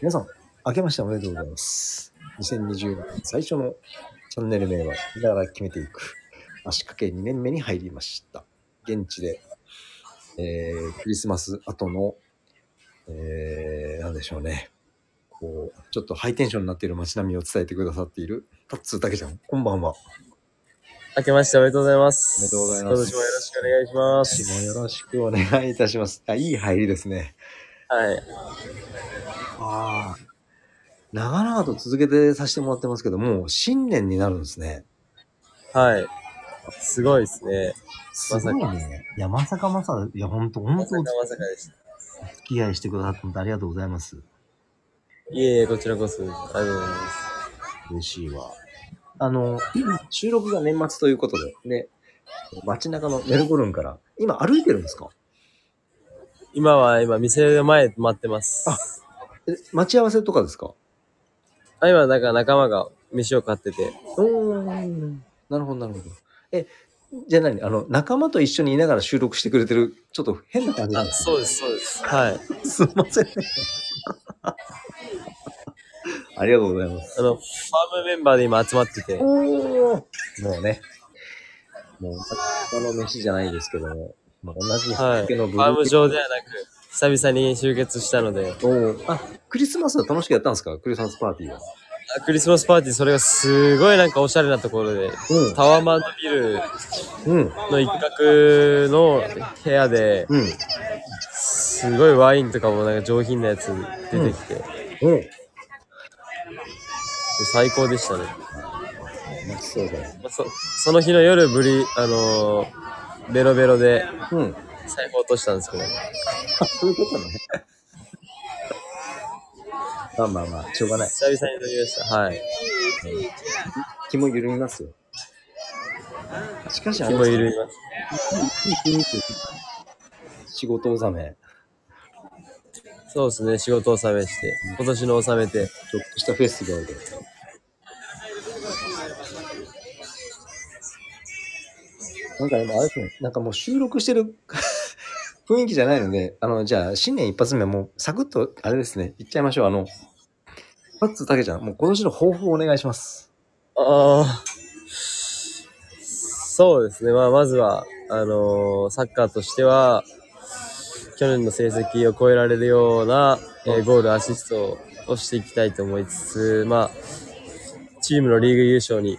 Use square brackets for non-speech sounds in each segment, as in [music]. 皆さん、明けましておめでとうございます。2020年最初のチャンネル名は、見ながら決めていく。足掛け2年目に入りました。現地で、えー、クリスマス後の、えー、なんでしょうね。こう、ちょっとハイテンションになっている街並みを伝えてくださっている、タッツーたけちゃん、こんばんは。明けましておめでとうございます。おめでとうございます今年もよろしくお願いしま私もよす。ろしくお願いいたします。あ、いい入りですね。はい。ああ。長々と続けてさせてもらってますけど、もう新年になるんですね。はい。すごいですね。すまさかごいね。いや、まさかまさか、いや、ほんと、ほんまさとかおまさかでした。付き合いしてくださって本当ありがとうございます。いえいえ、こちらこそ。ありがとうございます。嬉しいわ。あの、収録が年末ということで、ね、街中のメルボルンから、今歩いてるんですか今は、今、店の前で待ってます。あえ待ち合わせとかですかあ、今、なんか仲間が飯を買ってて。おー、なるほど、なるほど。え、じゃあ何あの、仲間と一緒にいながら収録してくれてる、ちょっと変な感じなあん、ですそうです、そうです。はい。すいませんね。 [laughs] ありがとうございます。あの、ファームメンバーで今集まってて。もうね、もう、他の飯じゃないですけども、まあ、同じはい。畑フのァブルーーム上ではなく、久々に集結したのおで。ーあ、クリスマスは楽しくやったんですかクリスマスパーティーは。あクリスマスパーティー、それがすごいなんかおしゃれなところで、タワマンのビルうん。うん。の一角の部屋で、うん。すごいワインとかもなんか上品なやつ出てきて、うん。最高でしたね。楽しそうだよ。まあそその日の夜ぶり、あのーベロベロでうん。財布落としたんですけど、あ、そういうことね。 [laughs] まあまあまあ、しょうがない。久々に飲みました。はい。気も緩みますよ。しかし、あ気のも、緩みます。仕事納め、そうですね、仕事納めして、今年の納めて、ちょっとしたフェスティバルで。なんか今、あれですね、なんかもう収録してる [laughs] 雰囲気じゃないので、あの、じゃあ、新年一発目、もう、サクッと、あれですね、いっちゃいましょう。あの、パッツたけちゃん、もう今年の抱負をお願いします。ああ、そうですね、まあ、まずは、あのーサッカーとしては、去年の成績を超えられるような、えーゴール、アシストをしていきたいと思いつつ、まあ、チームのリーグ優勝に、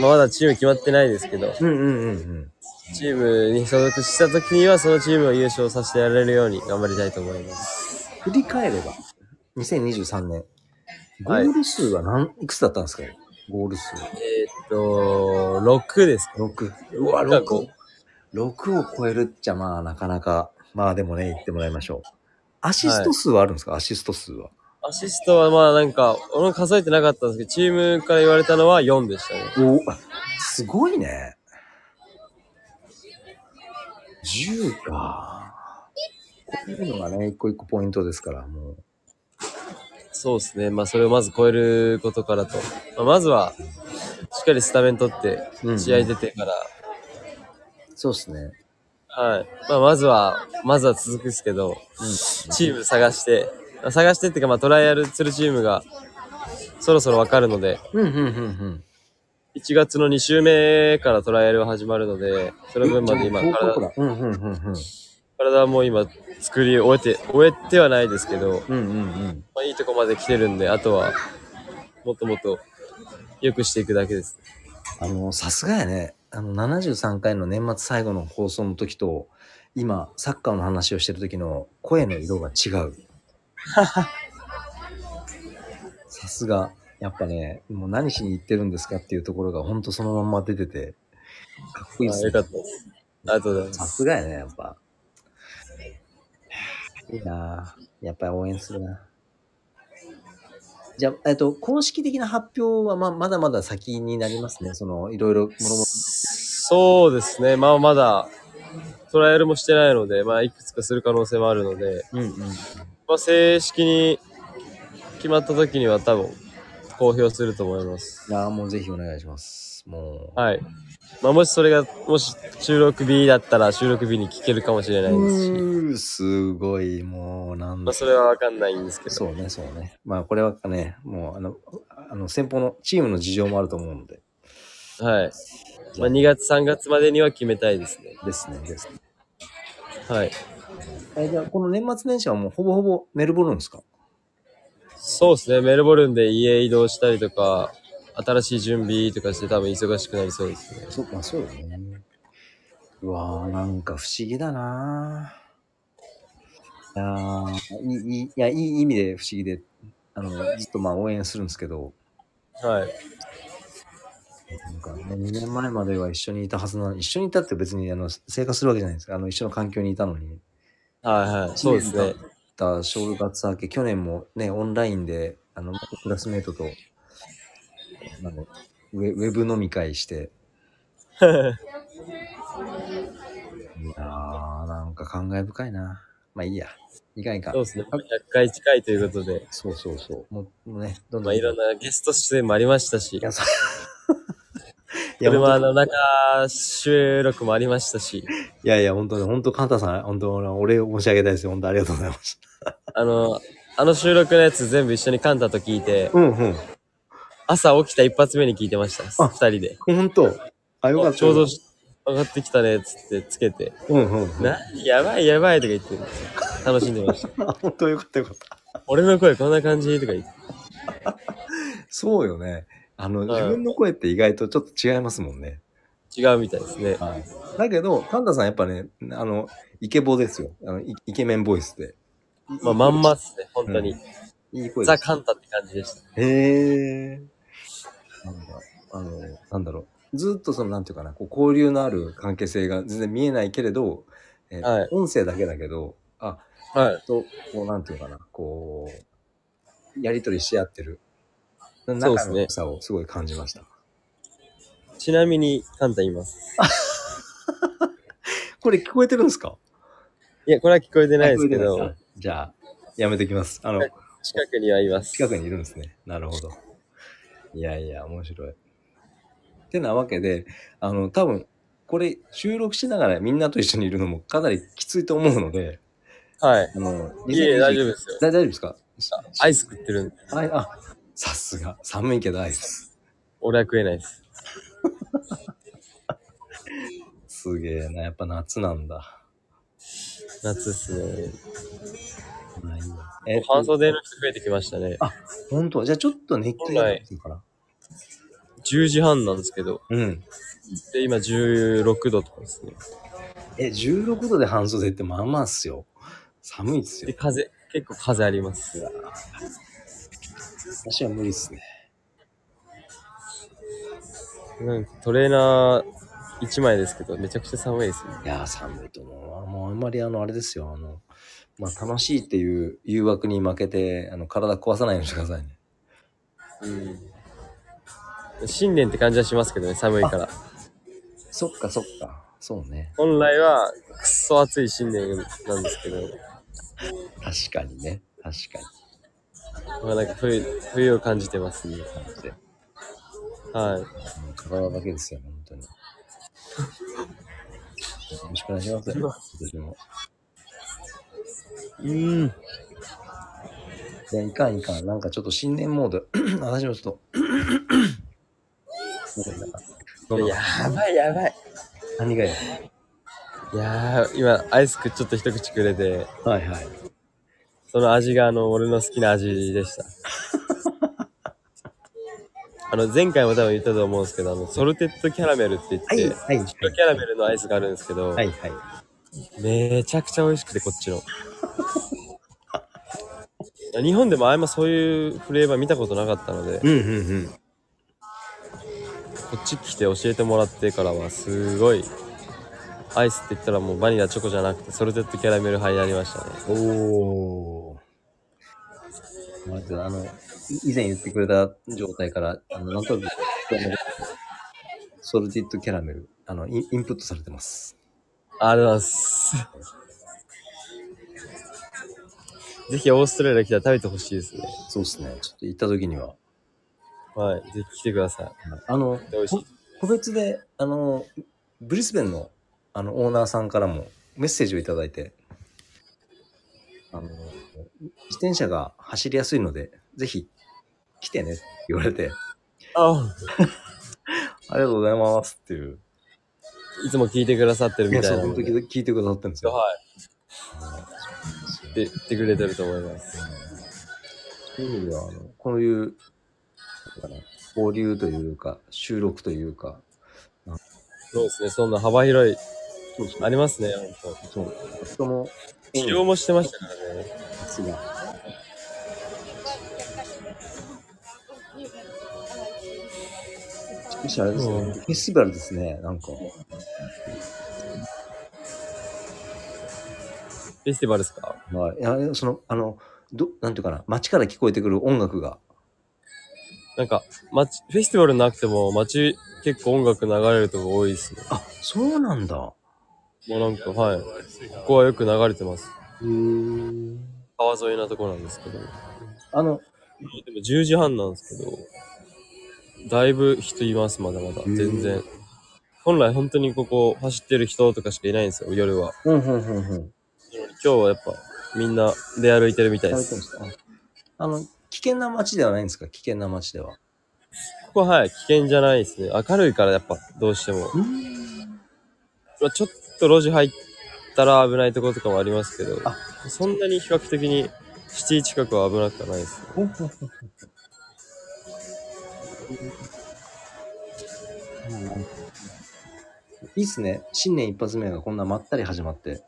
まあ、まだチーム決まってないですけど、うんうんうんうん。チームに所属した時には、そのチームを優勝させてやれるように頑張りたいと思います。振り返れば、2023年、ゴはいール数は何、い、くつだったんですかゴール数。えーっと、6ですか6。うわ、なんか6。6を超えるっちゃ、まあ、なかなか、まあでもね、言ってもらいましょう。アシスト数はあるんですか、アシスト数は。アシストはまあなんか、俺も数えてなかったんですけど、チームから言われたのは4でしたね。おあすごいね。10か。こういうのがね、一個一個ポイントですから、もう。そうですね。まあ、それをまず超えることからと。まあ、まずは、しっかりスタメン取ってうんう、ん試合出てから、そうですね。はい。まあ、まずは、まずは続くですけど、チーム探して、まあ探してっていうか、まあ、トライアルするチームが、そろそろわかるので、うん、うん、うん、 1月の2週目からトライアルは始まるので、そのうん。分まで今、広告体だうん、うん、うん、うん。体はもう今、作り終えて、終えてはないですけど、うん、うん、うん。まあ、いいとこまで来てるんで、あとは、もっともっと、良くしていくだけです。あの、さすがやね。あの、73回の年末最後の放送の時と、今、サッカーの話をしてる時の声の色が違 [laughs] う。さすが。やっぱね、もう何しに行ってるんですかっていうところがほんとそのまんま出てて、かっこいいであすよねか。ったです。ありがとうございますさ。すがやね、やっぱ。いいなぁ。やっぱり応援するな。じゃあ、えっと、公式的な発表はままだまだ先になりますね。その、いろいろ、もろもろ。そうですね、まあまだトライアルもしてないので、まあいくつかする可能性もあるので、うんうん。まあ正式に決まった時には多分公表すると思います。ああ、もうぜひお願いします。 。もう、はい。まあ、もしそれが、もし収録日だったら収録日に聞けるかもしれないですし、うーすごい、もう、なんだまあ、それはわかんないんですけど、そうね、そうね。まあ、これはね、もう、あの、あの先方のチームの事情もあると思うので。はい。まあ、2月、3月までには決めたいですね。ですね、ですね。はい。えじゃあ、この年末年始はもうほぼほぼメルボルンですかそうですね、メルボルンで家移動したりとか、新しい準備とかして多分忙しくなりそうですね。そうまあ、そうよね。うわー、なんか不思議だなぁ。いやーいいいいいやいい意味で不思議で、あの、ずっとまあ応援するんですけど、はい。なんか、ね、2年前までは一緒にいたはずなのに、一緒にいたって別にあの生活するわけじゃないですか。あの、一緒の環境にいたのに。はいはい。そうですね。た正月明け、去年もね、オンラインで、あの、元クラスメートと、あのウェウェブ飲み会 [laughs] して。いやー、なんか感慨深いな。まあいいや。いかんいか。そうんですね。100回近いということで、そうそうそう。もうもうね、どんどまあ、ん。いろんなゲスト出演もありましたし、や、そう。 [laughs] いや、車本の中収録もありましたし、当いやいや、本当ね、本当カンタさん、本当お礼を申し上げたいですよ。本当ありがとうございました。あの、あの収録のやつ全部一緒にカンタと聞いて、うんうん。朝起きた一発目に聞いてました。あ二人で。本当あ、よかった。ちょうど上がってきたねっつってつけて、うんうん。な、やばいやばいとか言って楽しんでました。あ本当よかったよかった。俺の声こんな感じとか言って。そうよね。あの、い自分の声って意外とちょっと違いますもんね。違うみたいですね。だけど、カンタさんやっぱね、あの、イケボですよ。あのイイケメンボイスで。まあ、まんまっすね、本当に。いい声でザ・す。カンタって感じでした。へえ。なんだ、あの、なんだろう。ずっとその、なんていうかな、こう交流のある関係性が全然見えないけれど、えーはい音声だけだけど、あ、はい。と、こう、なんていうかな、こう、やりとりし合ってる。なそうで仲すねの良さをすごい感じました。ちなみに、カンタいます。これ聞こえてるんですかいや、これは聞こえてないですけあ聞こえてないどで、すかじゃあ、やめてきます。あの、近くにはいます。近くにいるんですね。なるほど。いやいや、面白い。ってなわけで、あの、多分、これ収録しながらみんなと一緒にいるのもかなりきついと思うので、はい。あの、いえ、大丈夫。夫ですよ。大丈夫ですかアイス食ってるんで、はい、あ、さすが。寒いけどアイス。俺は食えないです。すげえな。やっぱ夏なんだ。夏っすね。まあいいやえっと半袖の人増えてきましたね。本当じゃあちょっと熱気が出てるから。 10時半なんですけど、うん。で、今16度とかですね。え、16度で半袖ってまあまあっすよ。寒いっすよで、。風、結構風あります。私は無理っすね。なんかトレーナー1枚ですけど、めちゃくちゃ寒いですね。いやー、寒いと思うわ。もうあんまりあの、あれですよ。あの、まあ、楽しいっていう誘惑に負けて、あの、体壊さないようにしてくださいね。うん。新年って感じはしますけどね、寒いから。そっかそっか。そうね。本来は、くっそ暑い新年なんですけど、確かにね。確かまあなんか冬、冬を感じてますね。に。なので、はい。もう体だけですよ、本当に。 [laughs] よろしくお願いします。今年も。うん。いや、いかんいかん。なんかちょっと新年モード。 [clears throat] 私もちょっ [coughs] と。なんか喉がやばいやばい。何がやいやー、今、アイスクちょっと一口くれて、はいはい。その味があの、俺の好きな味でした。あの、前回も多分言ったと思うんですけど、あの、ソルテッドキャラメルって言って、はいはいはい。キャラメルのアイスがあるんですけど、はいはい。めちゃくちゃ美味しくてこっちの日本でもあんまそういうフレーバー見たことなかったのでうんうんうん。こっち来て教えてもらってからはすごいアイスって言ったらもうバニラチョコじゃなくてソルテッドキャラメル派になりましたねおお。まず、あの、い以前言ってくれた状態から、あの、なんとなく、ソルティッドキャラメル、あの、インインプットされてます。ありがとうございますぜひオーストラリア来たら食べてほしいですねそうですね。ちょっと行った時には。はいぜひ来てくださいあの、美味しいこ個別で、あの、ブリスベンのあのオーナーさんからもメッセージをいただいて、あの、自転車が走りやすいので、ぜひ来てねって言われて、あありがとうございますっていう。いつも聞いてくださってるみたいそうな本の当で。に聞いてくださってるんですよ。はい。でって言ってくれてると思います。そういう意味では、あのこういう、なんかね交流というか、収録というか、そうですね。そんな幅広い、そうそありますね、本う。そう。人の当。治療もしてましたからね。熱が少しあれですね、うんフェスティバルですね、なんか。フェスティバルですかはい、いやその、あの、ど、なんていうかな、街から聞こえてくる音楽が。なんか、街、フェスティバルなくても街結構音楽流れるとこ多いですね。あ、そうなんだ。もうなんか、はい。ここはよく流れてます。へえ。川沿いなとこなんですけど。でもあの、 10時半なんですけど、だいぶ人います、まだまだ。ん全然。本来本当にここ走ってる人とかしかいないんですよ、夜は。うんうんうんうん。なのに今日はやっぱみんな出歩いてるみたい食で。べてますした。ああの、危険な街ではないんですか危険な街では。ここははい、危険じゃないですね。明るいからやっぱどうしても。まあ、ちょっと路地入ったら危ないところとかもありますけどあ、そんなに比較的にシティ近くは危なくはないですね。ほんほんほんほんうんいいっすね。新年一発目がこんなまったり始まって。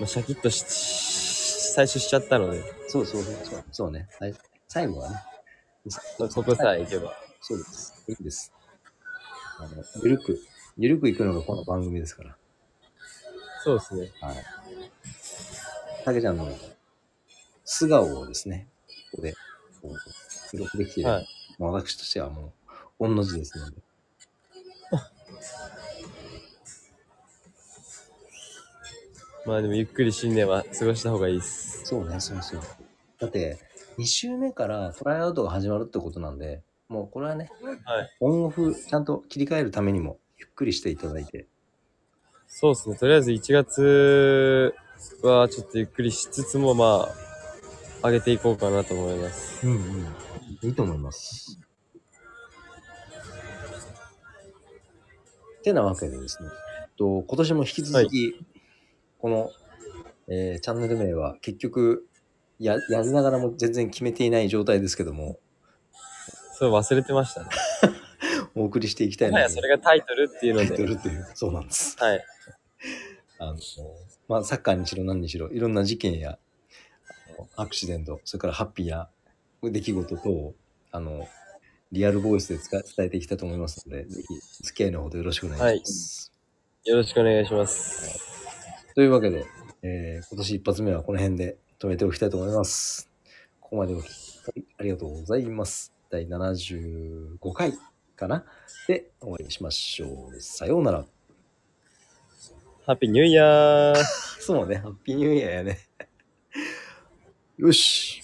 まあ、シャキッとし、最初しちゃったので、そうそうそうそう。そうね。はい、最後はね。まあ、ここさえ行けば。そうです。いいです。あの、ゆるく、ゆるくいくのがこの番組ですから。そうですね。はい。たけちゃんの素顔をですね、ここで、こう、記録できている、はいもう私としてはもう、御の字ですので。まあでもゆっくり新年は過ごした方がいいです。そうね、そうそう。だって、2週目からトライアウトが始まるってことなんで、もうこれはね、はいオンオフちゃんと切り替えるためにも、ゆっくりしていただいて。そうですね。とりあえず1月はちょっとゆっくりしつつも、まあ、上げていこうかなと思います。うんうん。いいと思います。てなわけでですね、えっと今年も引き続き、この、えーチャンネル名は結局や、やりながらも全然決めていない状態ですけども、そう、忘れてましたね。お送りしていきたいは、ないそれがタイトルっていうのタイトで。ルという、そうなんです。はい。あの、まあ、サッカーにしろ何にしろ、いろんな事件や、あのアクシデント、それからハッピーな出来事等を、あの、リアルボイスで伝え伝えていきたいと思いますので、ぜひ、付き合いのほどよろしくお願いします。よろしくお願いします。というわけで、えー今年一発目はこの辺で止めておきたいと思います。ここまでお聞きありがとうございます。第75回かなで、お会いしましょう。さようなら。ハッピーニューイヤーそうね、ハッピーニューイヤーやね。よし。